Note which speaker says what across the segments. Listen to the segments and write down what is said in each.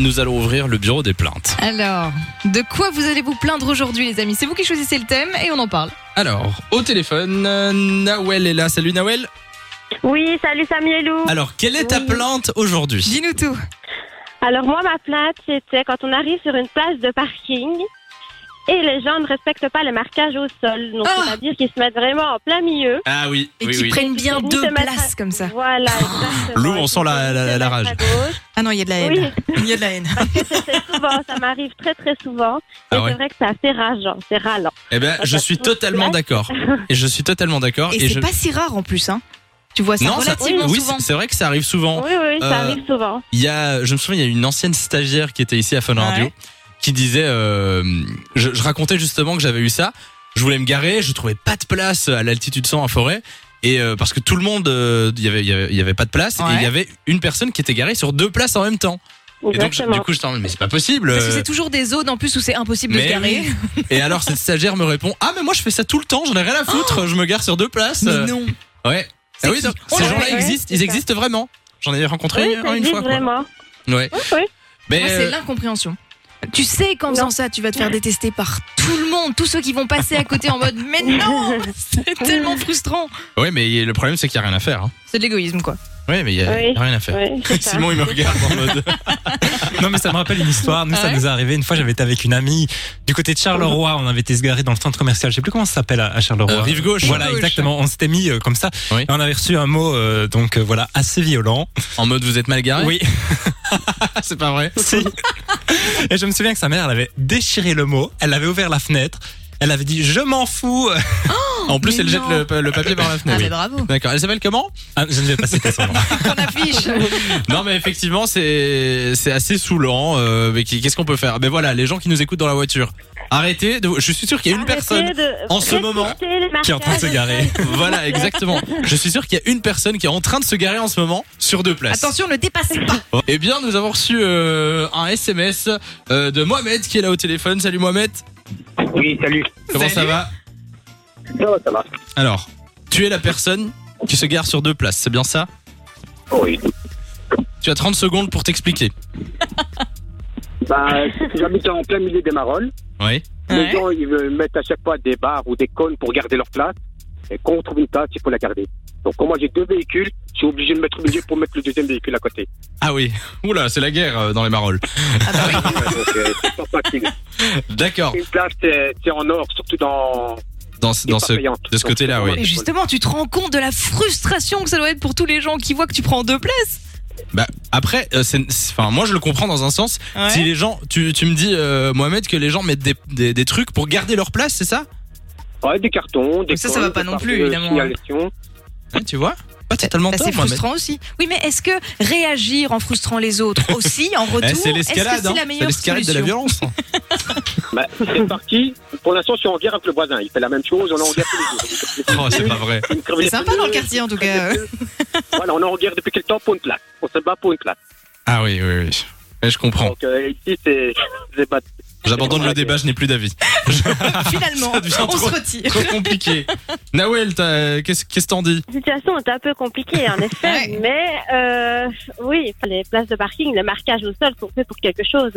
Speaker 1: Nous allons ouvrir le bureau des plaintes.
Speaker 2: Alors, de quoi vous allez vous plaindre aujourd'hui, les amis C'est vous qui choisissez le thème et on en parle.
Speaker 1: Alors, au téléphone, euh, Nawel est là. Salut Nawel.
Speaker 3: Oui, salut Samielou.
Speaker 1: Alors, quelle est ta
Speaker 3: Oui.
Speaker 1: plainte aujourd'hui
Speaker 2: Dis-nous tout.
Speaker 3: Alors moi, ma plainte, c'était quand on arrive sur une place de parking et les gens ne respectent pas le marquage au sol. Donc,
Speaker 2: Ah
Speaker 3: c'est-à-dire qu'ils se mettent vraiment en plein milieu.
Speaker 1: Ah oui,
Speaker 2: Et
Speaker 1: oui,
Speaker 2: qui
Speaker 1: oui.
Speaker 2: prennent bien
Speaker 3: Ils
Speaker 2: deux
Speaker 3: se mettent à-
Speaker 2: places comme ça.
Speaker 3: Voilà, exactement.
Speaker 1: Lou, Ah! on sent la- la-
Speaker 3: Ils
Speaker 1: la
Speaker 3: se mettent
Speaker 1: rage. Eh ben.
Speaker 3: à gauche.
Speaker 2: Ah non, il y a de la haine.
Speaker 3: Oui.
Speaker 2: Il y a de la haine.
Speaker 3: C'est souvent, ça m'arrive très très souvent. Et
Speaker 1: Ah ouais.
Speaker 3: c'est vrai que c'est assez rageant, c'est ralent.
Speaker 1: Eh ben, je suis totalement d'accord. Et je suis totalement d'accord.
Speaker 2: Et, c'est
Speaker 1: je...
Speaker 2: pas si rare en plus, hein. Tu vois ça
Speaker 1: non, ça-
Speaker 2: relativement
Speaker 1: oui,
Speaker 2: souvent.
Speaker 1: c'est- c'est vrai que ça arrive souvent.
Speaker 3: Oui, oui, ça
Speaker 1: Euh,
Speaker 3: arrive souvent.
Speaker 1: Il y a, je me souviens, il y a une ancienne stagiaire qui était ici à Fun Radio
Speaker 2: Ouais.
Speaker 1: qui disait, euh, je, je racontais justement que j'avais eu ça. Je voulais me garer, je trouvais pas de place à l'altitude 100 en forêt. Et euh, parce que tout le monde, euh, il y avait- il y avait, il y avait pas de place, et
Speaker 2: Ouais.
Speaker 1: il y avait une personne qui était garée sur deux places en même temps. Et donc, je-
Speaker 3: Exactement.
Speaker 1: du coup, je t'en mais c'est pas possible.
Speaker 2: Parce que
Speaker 1: euh,
Speaker 2: c'est toujours des zones en plus où c'est impossible de se
Speaker 1: mais
Speaker 2: garer.
Speaker 1: oui. Et alors, cette stagiaire me répond Ah, mais moi, je fais ça tout le temps, j'en ai rien à foutre, je me gare sur deux places.
Speaker 2: Oh. Mais
Speaker 1: Euh,
Speaker 2: non.
Speaker 1: Ouais. Ah oui,
Speaker 2: qui
Speaker 1: donc,
Speaker 2: Oh
Speaker 1: ces
Speaker 2: là
Speaker 1: gens-là
Speaker 2: là,
Speaker 3: ouais,
Speaker 1: existent,
Speaker 3: c'est
Speaker 1: ils
Speaker 3: ça.
Speaker 1: existent vraiment. J'en ai rencontré
Speaker 3: oui,
Speaker 1: un-
Speaker 3: ça
Speaker 1: hein, une
Speaker 3: existe
Speaker 1: fois. quoi.
Speaker 3: vraiment.
Speaker 1: Ouais.
Speaker 3: Oui, oui.
Speaker 1: Mais,
Speaker 2: Moi,
Speaker 1: euh,
Speaker 2: c'est l'incompréhension. Tu sais qu'en
Speaker 3: Non.
Speaker 2: faisant ça, tu vas te faire détester par tout le monde, tous ceux qui vont passer à côté en mode Mais non C'est tellement frustrant
Speaker 1: euh, ouais, mais le problème, c'est qu'il n'y a rien à faire. hein.
Speaker 2: C'est de l'égoïsme, quoi.
Speaker 1: Ouais, mais il y a
Speaker 3: Oui.
Speaker 1: rien à faire.
Speaker 3: Oui, c'est ça.
Speaker 1: Simon, il me regarde en mode.
Speaker 4: Non, mais ça me rappelle une histoire. Nous,
Speaker 2: Ah
Speaker 4: ça
Speaker 2: ouais
Speaker 4: nous est arrivé. Une fois, j'avais été avec une amie du côté de Charleroi. On avait été se garer dans le centre commercial. Je sais plus comment ça s'appelle à, à Charleroi.
Speaker 1: Euh, rive gauche.
Speaker 4: Voilà,
Speaker 2: Rive gauche.
Speaker 4: exactement. On s'était mis euh, comme ça.
Speaker 1: Oui.
Speaker 4: Et on avait reçu un mot, euh, donc euh, voilà, assez violent.
Speaker 1: En mode, vous êtes mal garé
Speaker 4: Oui,
Speaker 1: Ah, c'est pas vrai.
Speaker 4: si. Et je me souviens que sa mère, elle avait déchiré le mot. Elle avait ouvert la fenêtre. Elle avait dit Je m'en fous.
Speaker 1: En plus,
Speaker 2: Oh, mais
Speaker 1: elle
Speaker 2: non.
Speaker 1: jette le, le papier par la
Speaker 2: Ah,
Speaker 1: fenêtre.
Speaker 2: bah, bravo
Speaker 1: D'accord, elle s'appelle comment
Speaker 4: Ah, je ne vais pas citer son nom.
Speaker 2: Qu'on affiche
Speaker 1: Non mais effectivement c'est c'est assez saoulant. euh, mais qui- qu'est-ce qu'on peut faire Ben voilà les gens qui nous écoutent dans la voiture. Arrêtez. de- je suis sûr qu'il y a une
Speaker 3: Arrêtez
Speaker 1: personne.
Speaker 3: de
Speaker 1: en ce moment,
Speaker 3: respecter les
Speaker 4: qui est en train de se
Speaker 3: marquages.
Speaker 4: garer.
Speaker 1: Voilà exactement. Je suis sûr qu'il y a une personne qui est en train de se garer en ce moment sur deux places.
Speaker 2: Attention, ne dépasse pas
Speaker 1: Eh bien nous avons reçu euh, un SMS euh, de Mohamed qui est là au téléphone. Salut Mohamed.
Speaker 5: Oui, salut.
Speaker 1: Comment ça
Speaker 2: Salut.
Speaker 1: va
Speaker 5: Ça va, ça va.
Speaker 1: Alors tu es la personne qui se gare sur deux places. C'est bien ça
Speaker 5: Oui.
Speaker 1: Tu as 30 secondes pour t'expliquer.
Speaker 5: Bah, j'habite en plein milieu des Marolles.
Speaker 1: Oui.
Speaker 2: Ouais.
Speaker 5: Les gens, ils veulent mettre à chaque fois des barres ou des cônes pour garder leur place. Et quand on trouve une place, il faut la garder. Donc, comme moi, j'ai deux véhicules. Je suis obligé de mettre au milieu pour mettre le deuxième véhicule à côté.
Speaker 1: Ah oui. Oula c'est la guerre euh, dans les Marolles.
Speaker 5: Ouais, donc, euh, c'est pas facile.
Speaker 1: D'accord.
Speaker 5: Une place, c'est c'est en or, surtout dans.
Speaker 1: Dans ce- dans ce de ce côté-là, oui.
Speaker 2: Et justement, tu te rends compte de la frustration que ça doit être pour tous les gens qui voient que tu prends deux places.
Speaker 1: Bah après, euh, c'est- c'est- enfin moi je le comprends dans un sens. Si
Speaker 2: Bah,
Speaker 1: les gens, tu, tu me dis euh, Mohamed que les gens mettent des, des, des trucs pour garder leur place, c'est ça
Speaker 5: Ouais, des cartons, des.
Speaker 2: Mais ça, ça
Speaker 5: cônes,
Speaker 2: va pas
Speaker 5: des
Speaker 2: non
Speaker 5: barres
Speaker 2: plus,
Speaker 5: de
Speaker 2: évidemment. hein.
Speaker 5: signalisation.
Speaker 1: Ouais, Tu vois Pas totalement
Speaker 2: Bah,
Speaker 1: tort,
Speaker 2: c'est
Speaker 1: Mohamed.
Speaker 2: frustrant aussi. Oui, mais est-ce que réagir en frustrant les autres aussi, en retour,
Speaker 1: Eh, c'est
Speaker 2: est-ce que
Speaker 1: l'escalade,
Speaker 2: c'est
Speaker 1: hein.
Speaker 2: la
Speaker 1: c'est
Speaker 2: meilleure
Speaker 1: l'escalade de la
Speaker 2: solution
Speaker 1: violence. hein.
Speaker 5: Bah, c'est parti. Pour l'instant, je suis en guerre avec le voisin. Il fait la même chose. On est en guerre tous les deux.
Speaker 1: oh, c'est pas vrai.
Speaker 5: Une
Speaker 2: C'est
Speaker 5: crevaison
Speaker 2: sympa dans le
Speaker 5: de-
Speaker 2: quartier en tout cas.
Speaker 5: voilà, on est en guerre depuis quel temps pour une place On se bat pour une place.
Speaker 1: Ah oui, oui, oui. Mais je comprends.
Speaker 5: Donc euh, ici, c'est. c'est pas-
Speaker 1: J'abandonne le débat, je n'ai plus d'avis.
Speaker 2: Finalement,
Speaker 1: Ça devient
Speaker 2: on
Speaker 1: trop-
Speaker 2: se retire.
Speaker 1: Trop compliqué. Nawel, t'as- qu'est-ce qu'est-ce t'en dis
Speaker 3: La situation est un peu compliquée, en effet,
Speaker 2: Ouais.
Speaker 3: mais euh, oui, les places de parking, le marquage au sol sont faits pour quelque chose,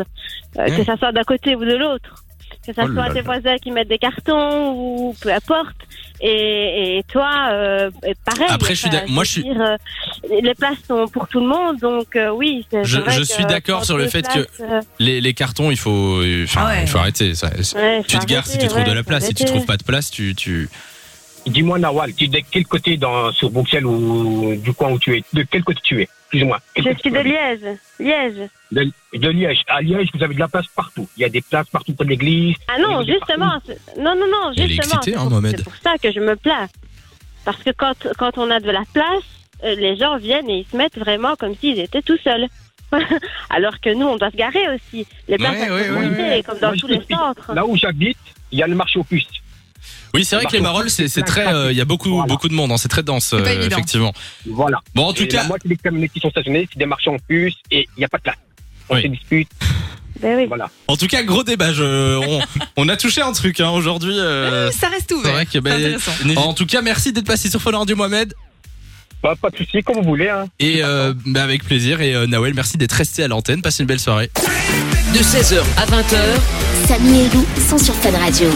Speaker 3: euh, que ça soit d'un côté ou de l'autre, que ça
Speaker 1: Oh là
Speaker 3: soit tes
Speaker 1: là.
Speaker 3: voisins qui mettent des cartons ou peu importe. Et, et toi, euh, et pareil.
Speaker 1: Après, je suis
Speaker 3: enfin,
Speaker 1: d'ac- moi, je suis-
Speaker 3: veux dire, euh, les places sont pour tout le monde, donc euh, oui. c'est-
Speaker 1: Je-
Speaker 3: c'est vrai
Speaker 1: je
Speaker 3: que
Speaker 1: suis d'accord
Speaker 3: pour
Speaker 1: sur le
Speaker 3: des
Speaker 1: fait que-
Speaker 3: places, euh,
Speaker 1: les, les cartons, il faut, euh, enfin,
Speaker 2: Ah ouais.
Speaker 1: il faut arrêter. Ça.
Speaker 3: ouais,
Speaker 1: Tu
Speaker 3: faut
Speaker 1: te gares si
Speaker 3: arrêter,
Speaker 1: tu trouves de
Speaker 3: ouais,
Speaker 1: la
Speaker 3: faut
Speaker 1: place. Si tu
Speaker 3: arrêter.
Speaker 1: trouves pas de place, tu, tu...
Speaker 5: Dis-moi, Nawal, tu es de quel côté dans, sur Bruxelles ou du coin où tu es De quel côté tu es Plus ou moins. Quel
Speaker 3: Je
Speaker 5: côté
Speaker 3: suis
Speaker 5: tu
Speaker 3: de
Speaker 5: habites
Speaker 3: Liège. Liège.
Speaker 5: de, de Liège. À Liège, vous avez de la place partout. Il y a des places partout près de l'église.
Speaker 3: Ah non,
Speaker 5: Au départ,
Speaker 3: justement, c'est- non, non, non,
Speaker 1: Il est
Speaker 3: justement.
Speaker 1: excité,
Speaker 3: c'est
Speaker 1: hein,
Speaker 3: pour-
Speaker 1: Mohamed.
Speaker 3: C'est pour ça que je me plains. Parce que quand, quand on a de la place, euh, les gens viennent et ils se mettent vraiment comme s'ils étaient tout seuls. Alors que nous, on doit se garer aussi. Les places,
Speaker 1: Ouais,
Speaker 3: elles sont
Speaker 1: ouais, ouais,
Speaker 3: limitées,
Speaker 5: ouais.
Speaker 3: comme dans
Speaker 5: Moi, je
Speaker 3: tous les
Speaker 5: t'explique.
Speaker 3: centres.
Speaker 5: Là où j'habite, il y a le marché aux puces.
Speaker 1: Oui, c'est vrai que les Marolles, c'est c'est très, euh, il y a beaucoup,
Speaker 5: Voilà.
Speaker 1: beaucoup de monde, hein, c'est très dense,
Speaker 2: pas
Speaker 1: euh,
Speaker 2: évident.
Speaker 1: effectivement.
Speaker 5: Voilà.
Speaker 1: Bon, en tout
Speaker 5: Et
Speaker 1: cas,
Speaker 5: La moitié des camionnets qui sont stationnés, c'est des marchés en puces et il n'y a pas de place. On
Speaker 1: Oui.
Speaker 5: se dispute.
Speaker 3: Ben oui.
Speaker 5: Voilà.
Speaker 1: En tout cas, gros débat. je- on, on a touché un truc hein, aujourd'hui. euh,
Speaker 2: Ça reste
Speaker 1: c'est
Speaker 2: ouvert.
Speaker 1: vrai que.
Speaker 2: C'est
Speaker 1: bah,
Speaker 2: intéressant.
Speaker 1: en tout cas, merci d'être passé sur Fun Radio Mohamed.
Speaker 6: Pas, pas de souci, comme vous voulez. Hein.
Speaker 1: Et euh, bah, avec plaisir. Et euh, Nawel, merci d'être resté à l'antenne. Passez une belle soirée.
Speaker 7: De 16h à 20h,
Speaker 8: Samy et Lou sont sur Fun Radio.